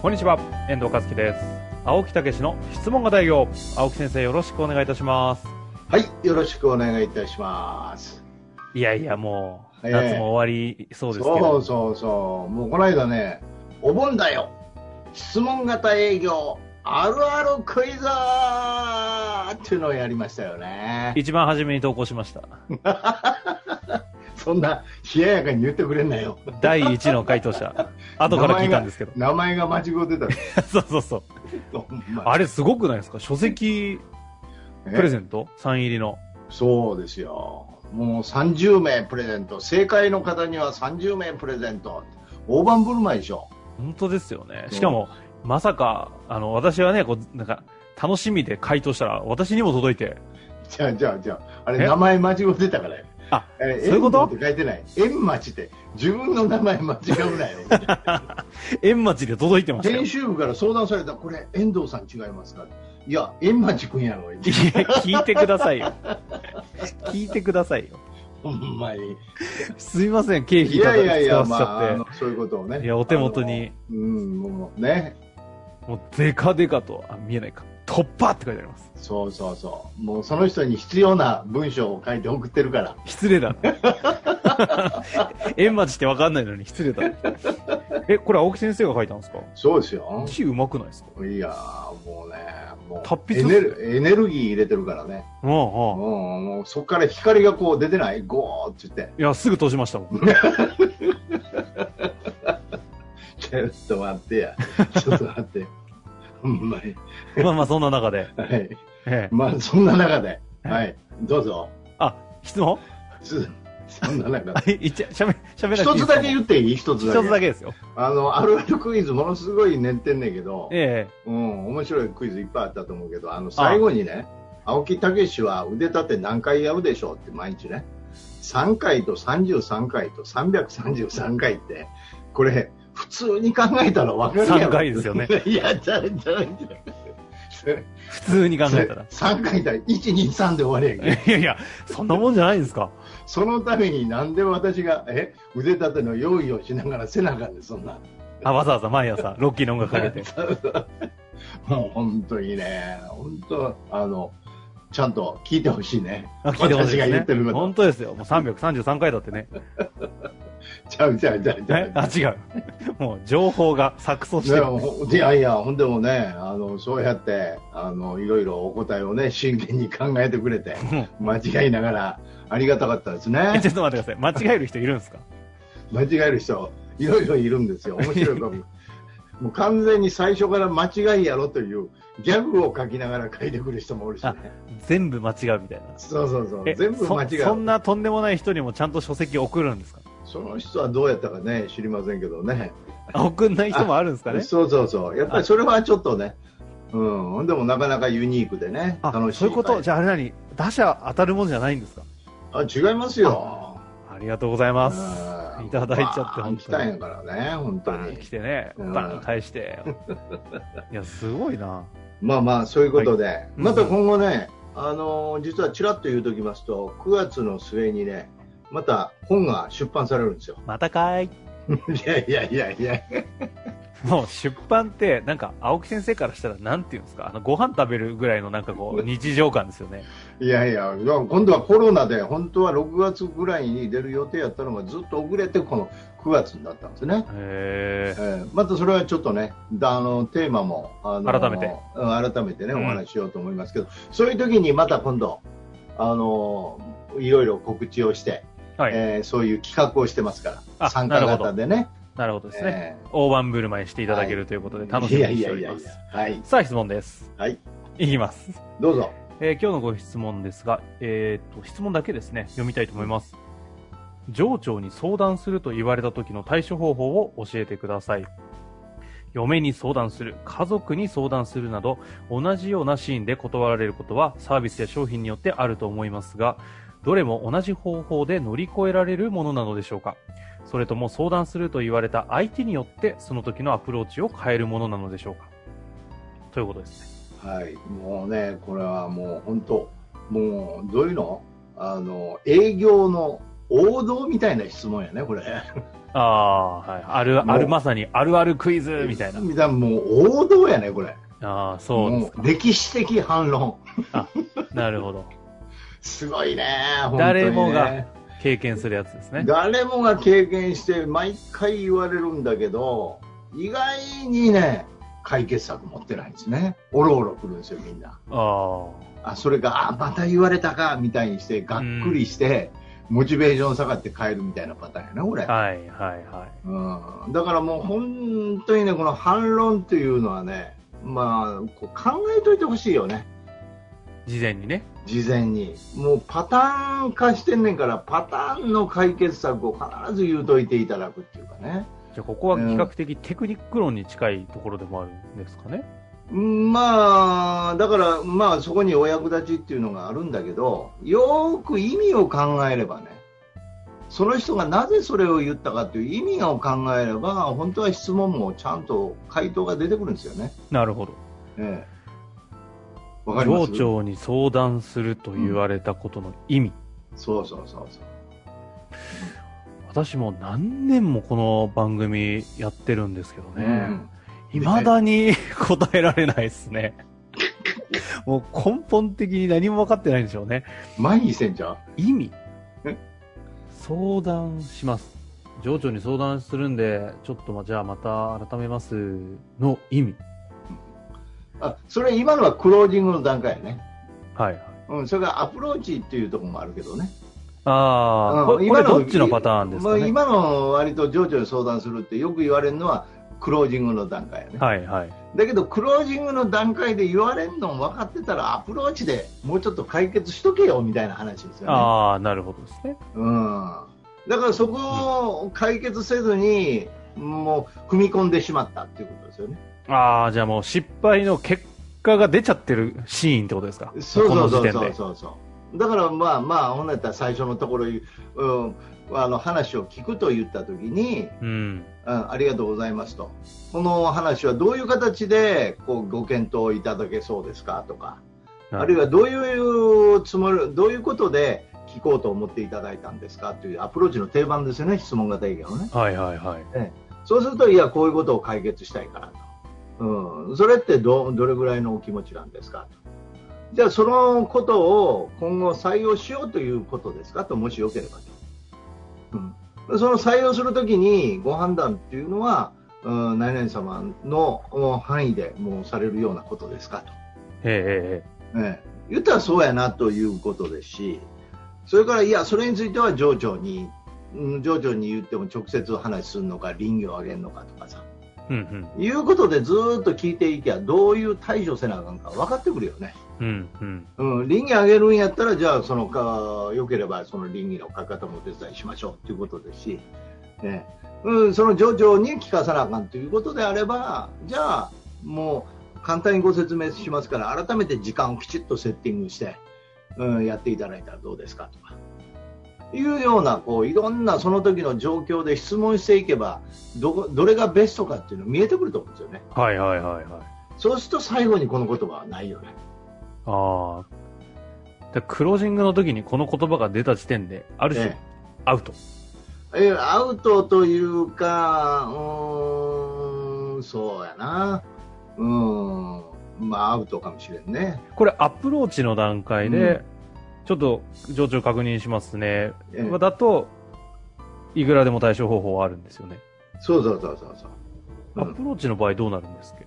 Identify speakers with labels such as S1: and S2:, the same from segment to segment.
S1: こんにちは、遠藤和樹です。青木武の質問型営業。青木先生、よろしくお願いいたします。
S2: はい、よろしくお願いいたします。
S1: いやいや、もう、
S2: ええ
S1: 夏も終わりそうですけ
S2: そ
S1: ど。
S2: うそうそう、もうこの間ね、お盆だよ、質問型営業、あるあるクイズーっていうのをやりましたよね。
S1: 一番初めに投稿しました。
S2: そんな冷ややかに言ってくれんなよ。
S1: 第1の回答者。 後から聞いたんですけど。
S2: 名前が間違ってた
S1: そうそうそう。
S2: ほんま
S1: あれ、すごくないですか書籍
S2: ね
S1: プレゼントサイン入りの。
S2: そうですよ。もう30名プレゼント、正解の方には30名プレゼント。大盤振る舞いでしょ。
S1: 本当ですよね。
S2: そう
S1: しかも、まさか、あの、私はね、こう、なんか、楽しみで回答したら、私にも届いて、
S2: じゃあじゃあじゃあ、あれ
S1: え
S2: 名前間違ってたからよ。
S1: あ
S2: えー、
S1: そういうこと
S2: 縁町って書いてない。縁町って自分の名前間違う なよ。
S1: 円町で届いてましたよ。
S2: 編
S1: い
S2: 集部から相談された、これ遠藤さん違いますかいや、縁町君やろ。
S1: や、聞いてくださいよ。聞いてくださいよ。
S2: ほんまに。
S1: すいません、経費
S2: い
S1: 使わ
S2: や
S1: せ
S2: いやい
S1: ちゃ
S2: や、
S1: って。
S2: まあ、あのそういうことをね。
S1: いや、お手元に、
S2: あの。うん、もうね。
S1: もう、デカデカと、あ、見えないか。突破って書いてあります。
S2: そうそうそう。もうその人に必要な文章を書いて送ってるから。
S1: 失礼だ。 円町ってわかんないのに失礼だ。え、これ青木先生が書いたんですか
S2: そうですよ。
S1: 字うまくないですか
S2: いやーもうね、もう
S1: 達筆
S2: エネルエネルギー入れてるからね。
S1: うん
S2: うん、
S1: うん。
S2: もうそこから光がこう出てないゴーって言って。
S1: いや、すぐ閉じましたもん。
S2: ちょっと待って や。ちょっと待って。ほんまに。
S1: まあまあ、そんな中で。
S2: はい。
S1: ええ。
S2: まあ、そんな中で。はい。どうぞ。
S1: あ、質問
S2: す そんな中
S1: あ
S2: で。
S1: いいっちゃ、しゃべ、しゃべらな
S2: 一
S1: くていいです
S2: つ
S1: か
S2: だけ言っていい一つだけ。
S1: 一つだけですよ。
S2: あの、あるあるクイズ、ものすごい練ってんねんけど、
S1: え
S2: うん、面白いクイズいっぱいあったと思うけど、あの、最後にね、青木武は腕立て何回やるでしょうって毎日ね、3回と33回と333回って、これ、普通に考えたら分かるやろ
S1: 三回ですよね。
S2: いや、じゃあ、じゃあ、じゃあ
S1: え。普通に考えたら。
S2: 3回だ、1、2、3で終わりやんけ。
S1: いやいや、そんなもんじゃないんですか。
S2: そのためになんで私が、え、腕立ての用意をしながら背中でそんな。
S1: あ、わざわざ毎朝、ロッキーの音楽かけて。
S2: もう 本当にね、本当、あの、ちゃんと聞いてほしいね。
S1: あ聞いてほしい
S2: 私が
S1: で
S2: 言って
S1: す
S2: る
S1: ね。
S2: こと
S1: 本当ですよ。もう333回だってね。
S2: ちゃうちゃうちゃうちゃ
S1: え
S2: う。
S1: あ、違う。もう情報が錯綜して
S2: で
S1: る。
S2: もほんいやいや、ほんでもね、あの、そうやって、あの、いろいろお答えをね、真剣に考えてくれて、間違いながら、ありがたかったです
S1: え
S2: ね
S1: ちょ。っと待ってください。間違える人いるんですか
S2: 間違える人、いろいろいるんですよ。面白いか も。もう完全に最初から間違いやろというギャグを書きながら書いてくる人もおるし、ね
S1: あ、全部間違うみたいな。
S2: そうそうそう
S1: え
S2: 全部間違
S1: そそ
S2: うん
S1: なとんでもない人にもちゃんと書籍送るんですか
S2: その人はどうやったかね知りませんけどね
S1: あ送んない人もあるんですかね
S2: そうそうそうやっぱりそれはちょっとねうんでもなかなかユニークでね
S1: あ
S2: 楽しい
S1: そういうことじ
S2: ゃ
S1: ゃああれ何打者当たるもんじゃないんですか
S2: あ違いますよ
S1: ありがとうございます
S2: うん
S1: いただいちゃって
S2: バー
S1: 本当に
S2: ン来たんやからね本当
S1: バーン
S2: に
S1: 来てね
S2: うん
S1: バーン返していやすごいな
S2: まあまあそういうことで、
S1: うん
S2: また今後ね、あのー実はちらっと言うときますと9月の末にねまた本が出版されるんですよ
S1: またかーい
S2: いやいやいやいや
S1: もう出版ってなんか青木先生からしたらなんていうんですかあのご飯食べるぐらいのなんかこう日常感ですよね
S2: いやいや、今度はコロナで本当は6月ぐらいに出る予定やったのがずっと遅れてこの9月になったんですね。
S1: へ
S2: えーまたそれはちょっとね、だあのテーマもあの
S1: 改めて
S2: うん改めてね、
S1: う
S2: お
S1: ん
S2: 話ししようと思いますけど、そういう時にまた今度、あのいろいろ告知をして、
S1: えはい、
S2: えーそういう企画をしてますか
S1: あ
S2: ら、参加
S1: なるほど
S2: 型でね。
S1: なるほどですね、
S2: え
S1: 大盤振る舞いしていただけるということで
S2: ー
S1: 楽しみにしております、
S2: いやいやいやいやはい、
S1: さあ質問です
S2: はい、
S1: いきます、
S2: どうぞ。
S1: えー今日のご質問ですが、えーっと質問だけですね読みたいと思います上長に相談すると言われた時の対処方法を教えてください嫁に相談する、家族に相談するなど、同じようなシーンで断られることはサービスや商品によってあると思いますが、どれも同じ方法で乗り越えられるものなのでしょうかそれとも相談すると言われた相手によって、その時のアプローチを変えるものなのでしょうかということですね。
S2: はい、もうね、これはもう本当、もうどういうのあの営業の王道みたいな質問やね、これ。
S1: ああ、はい。ある、ある、まさに、あるあるクイズ みたいな。
S2: みたいな、もう王道やね、これ。
S1: ああ、そうです
S2: も
S1: か
S2: う。歴史的反論。
S1: なるほど。
S2: すごいね、本当にね
S1: 誰もが経験するやつですね。
S2: 誰もが経験して、毎回言われるんだけど、意外にね、解決策持ってないんですね。おろおろ来るんですよ、みんな。
S1: あ
S2: あそれがあまた言われたかみたいにしてがっくりして、モチベーション下がって帰るみたいなパターンやな、これ
S1: あ、、はい、はい、は
S2: うん、だからもう本当にねこの反論というのはね、まあ、こう考えといてほしいよね、
S1: い。事前にね。
S2: 事前にもうパターン化してんねんからパターンの解決策を必ず言うといていただくっていうかね、
S1: じゃあ、ここは比較的テクニック論に近いところでもあるんですかね。
S2: うんまあだから、まあ、そこにお役立ちっていうのがあるんだけどよーく意味を考えればねその人がなぜそれを言ったかという意味を考えれば本当は質問もちゃんと回答が出てくるんですよね。
S1: なるほど。
S2: ええ、わかりま
S1: 上
S2: す
S1: 長に相談すると言われたことの意味。
S2: そうそうそうそう
S1: 私も何年もこの番組やってるんですけどね。
S2: うん
S1: 未だに 答えられないですね。もう根本的に何も分かってないんでしょうね。
S2: 前にせんじゃん
S1: 意味
S2: え
S1: 相談します。上長に相談するんで、ちょっとま、じゃあまた改めますの意味。
S2: あそれ今のはクロージングの段階やね、
S1: はいはい。
S2: うん、それからアプローチっていうところもあるけどね
S1: ああ、こ
S2: うん
S1: れこれどっちのパターンですか
S2: まあ
S1: ね。
S2: 今の割と情緒に相談するってよく言われるのはクロージングの段階やね、
S1: はいはい。
S2: だけどクロージングの段階で言われるの分かってたらアプローチでもうちょっと解決しとけよみたいな話ですよね、
S1: ああ、なるほどですね。
S2: うん、だからそこを解決せずにもう踏み込んでしまったっていうことですよね
S1: ああ、じゃあもう失敗の結果が出ちゃってるシーンってことですか。
S2: そうそうそ
S1: この
S2: う
S1: 時
S2: そ
S1: 点
S2: う
S1: で。
S2: そうそうだからまあまあほんなったら最初のところ、うん、あの話を聞くと言った時に
S1: うん。
S2: うんありがとうございますと。この話はどういう形でこうご検討いただけそうですかとか、あるいはどういうつもり、どういうことで聞こうと思っていただいたんですかというアプローチの定番ですよね、質問型営業のね。
S1: はいはいはい。
S2: そうすると、いや、こういうことを解決したいからと。うん、それってどどれぐらいのお気持ちなんですかと。じゃあ、そのことを今後採用しようということですかと、もしよければと。うん、その採用するときにご判断っていうのは、うん、何々様のうん範囲でもうされるようなことですかと。
S1: えええ
S2: ええ、言ったらそうやなということですし、それから、いや、それについては上長に、うん上長に言っても直接話するのか、林業を上げるのかとかさ。
S1: えうん
S2: いうことでずーっと聞いていけばどういう対処せなあかんか分かってくるよね。
S1: うん。うんうん。
S2: うん、倫理上げるんやったら、じゃあ、そのか、良ければ、その倫理の書き方もお手伝いしましょうということですし、ね、うん、その上長に聞かさなあかんということであれば、じゃあ、もう、簡単にご説明しますから、改めて時間をきちっとセッティングして、うん、やっていただいたらどうですかとか、いうような、こう、いろんなその時の状況で質問していけば、どこ、どれがベストかっていうの見えてくると思うんですよね。
S1: はいはいはいはい。
S2: そうすると最後にこの言葉はないよね。
S1: ああ。でクロージングの時にこの言葉が出た時点で、ある種、
S2: え
S1: アウト。
S2: ええアウトというか、うーん、そうやな。うーん、まあアウトかもしれんね。
S1: これアプローチの段階で、
S2: うん
S1: ちょっと上長確認しますね。
S2: ええ
S1: だと、いくらでも対処方法はあるんですよね。
S2: そうそうそうそうそう。う
S1: ア
S2: ん
S1: プローチの場合どうなるんですっけ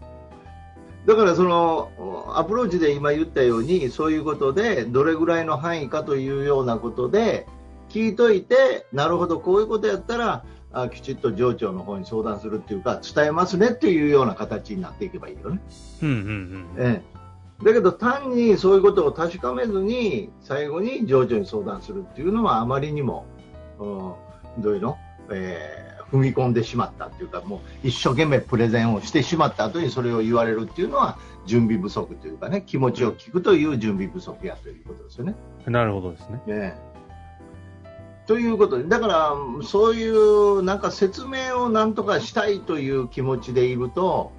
S2: だからそのアプローチで今言ったようにそういうことでどれぐらいの範囲かというようなことで聞いといてなるほどこういうことやったらあきちっと上長の方に相談するっていうか伝えますねっていうような形になっていけばいいよね。
S1: うんうんうん。
S2: ええ、だけど単にそういうことを確かめずに最後に情緒に相談するっていうのはあまりにも、うん、どういうの、えー踏み込んでしまったっていうかもう一生懸命プレゼンをしてしまった後にそれを言われるっていうのは準備不足というかね気持ちを聞くという準備不足やということですよね。
S1: なるほどですね。
S2: ねということでだからそういうなんか説明をなんとかしたいという気持ちでいると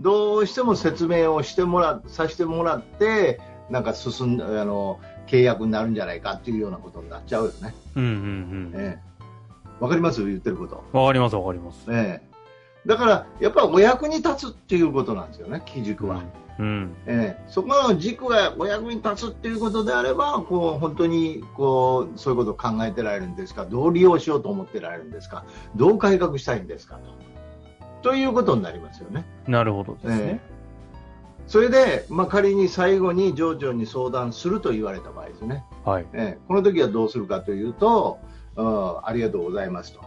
S2: どうしても説明をしてもらさせてもらってなんか進んあの契約になるんじゃないかっていうようなことになっちゃうよね。
S1: うんうんうん。
S2: ええわかります言ってること。
S1: わかりますわかります。
S2: ええだからやっぱお役に立つっていうことなんですよね、基軸は。
S1: うん。
S2: ええそこの軸がお役に立つっていうことであればこう本当にこうそういうことを考えてられるんですかどう利用しようと思ってられるんですかどう改革したいんですかとということになりますよね。
S1: なるほどです
S2: ええ
S1: ね。
S2: それで、まあ、仮に最後に上長に相談すると言われた場合ですね、
S1: はい。
S2: ええこの時はどうするかというと、うんありがとうございますと、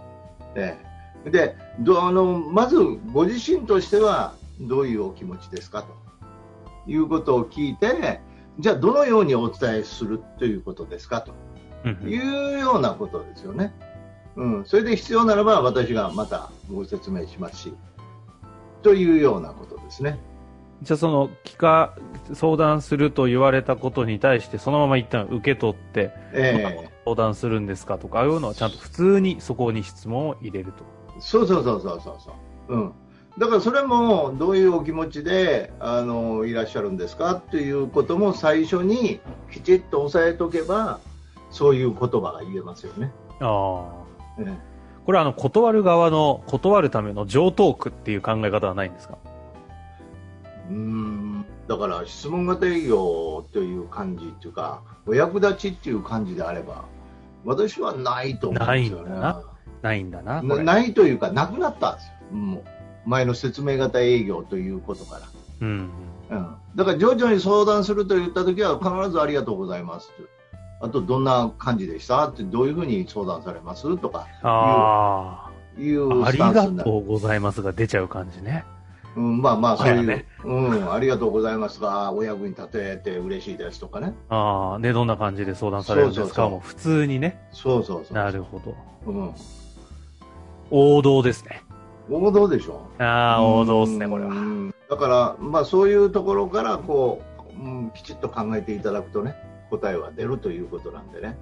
S2: ええでどあのまずご自身としてはどういうお気持ちですかということを聞いてじゃあどのようにお伝えするということですかと
S1: うんうん
S2: いうようなことですよね。うん、それで必要ならば私がまたご説明しますしというようなことですね。
S1: じゃあその、聞か、相談すると言われたことに対して、そのまま一旦受け取って、
S2: ええ
S1: 相談するんですかとか、ああいうのはちゃんと普通にそこに質問を入れると。
S2: そうそうそうそうそうそう。うん。だからそれもどういうお気持ちであのいらっしゃるんですかということも最初にきちっと押さえとけばそういう言葉が言えますよね。
S1: ああ。
S2: うん
S1: これはあの、断る側の、断るための上トークっていう考え方はないんですか
S2: うーんだから質問型営業という感じっていうかお役立ちっていう感じであれば私はないと思うんですよ
S1: ない
S2: ね。
S1: んだないんだな。こ
S2: な
S1: れ
S2: ないというかなくなったんですよ。もう前の説明型営業ということから。
S1: うん。
S2: うんだから徐々に相談すると言った時は必ずありがとうございますとあとどんな感じでしたってどういうふうに相談されますとか
S1: あ
S2: いう
S1: あ。あ
S2: ス
S1: り
S2: タンス
S1: が
S2: にな
S1: と
S2: る、
S1: うございますが出ちゃう感じね。
S2: うん、まあまあそうい
S1: は
S2: う、
S1: やね
S2: うん、ありがとうございますがお役に立てて嬉しいですとかね
S1: ああ。ね、どんな感じで相談されるんですか
S2: そうそうそう
S1: もう普通にね。
S2: そうそうそう
S1: なるほど。
S2: うん、
S1: 王道ですね。
S2: 王道でしょ
S1: ああ、王道ですね、これ
S2: う
S1: は。
S2: んだからまあそういうところからこう、うん、きちっと考えていただくとね答えは出るということなんでね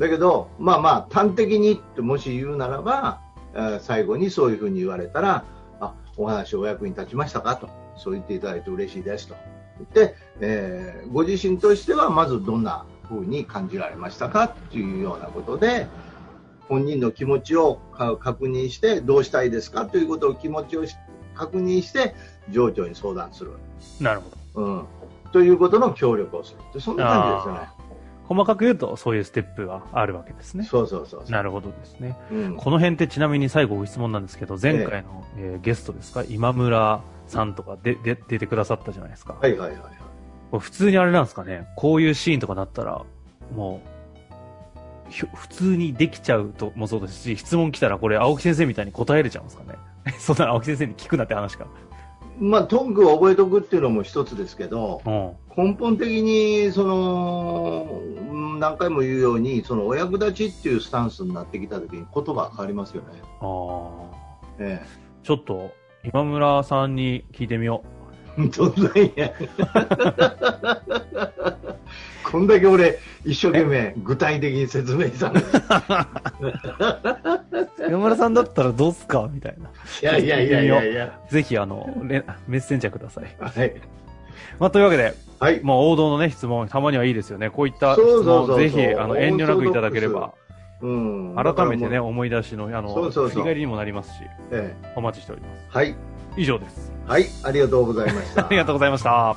S2: だけどまあまあ端的にってもし言うならば、えー最後にそういうふうに言われたらあお話お役に立ちましたかとそう言っていただいて嬉しいですと言って、えーご自身としてはまずどんなふうに感じられましたかというようなことで本人の気持ちをか確認してどうしたいですかということを気持ちをし確認して上長に相談する、
S1: なるほど。
S2: うん、ということの協力をするでそんな感じですよね。
S1: 細かく言うと、そういうステップがあるわけですね。
S2: そうそうそうそう
S1: なるほどですね。
S2: うん
S1: この辺ってちなみに最後ご質問なんですけど、前回の、えーゲストですか、今村さんとかでで出てくださったじゃないですか。
S2: はいはいはいはい。
S1: これ普通にあれなんですかね、こういうシーンとかなったら、もう、ひょ普通にできちゃうともそうですし、質問来たらこれ青木先生みたいに答えれちゃうんですかね。 そんなの青木先生に聞くなって話か。
S2: まあトークを覚えておくっていうのも一つですけど
S1: うん。
S2: 根本的にそのうん何回も言うようにそのお役立ちっていうスタンスになってきた時に言葉が変わりますよね。
S1: ああ。
S2: え
S1: ちょっと、今村さんに聞いてみよ
S2: え、どんなんや こんだけ俺一生懸命具体的に説明したのに
S1: う。 今村さんだったらどうすかみたいな。
S2: いやいやいやいやいや。
S1: ぜひ、あの、れメッセンジャーください。
S2: はい。
S1: まあ、というわけで、
S2: はい。
S1: もう王道のね、質問、たまにはいいですよね。こういった質
S2: そうそうそう
S1: 問、
S2: そう
S1: ぜひ、あの、遠慮なくいただければ、
S2: うん。
S1: 改めて
S2: だか
S1: ね、
S2: らもう。
S1: 思い出しの、あの、
S2: そうそうそう
S1: 振り返りにもなりますし、
S2: え
S1: お待ちしております
S2: え。はい。
S1: 以上です。
S2: はい。ありがとうございました。
S1: ありがとうございました。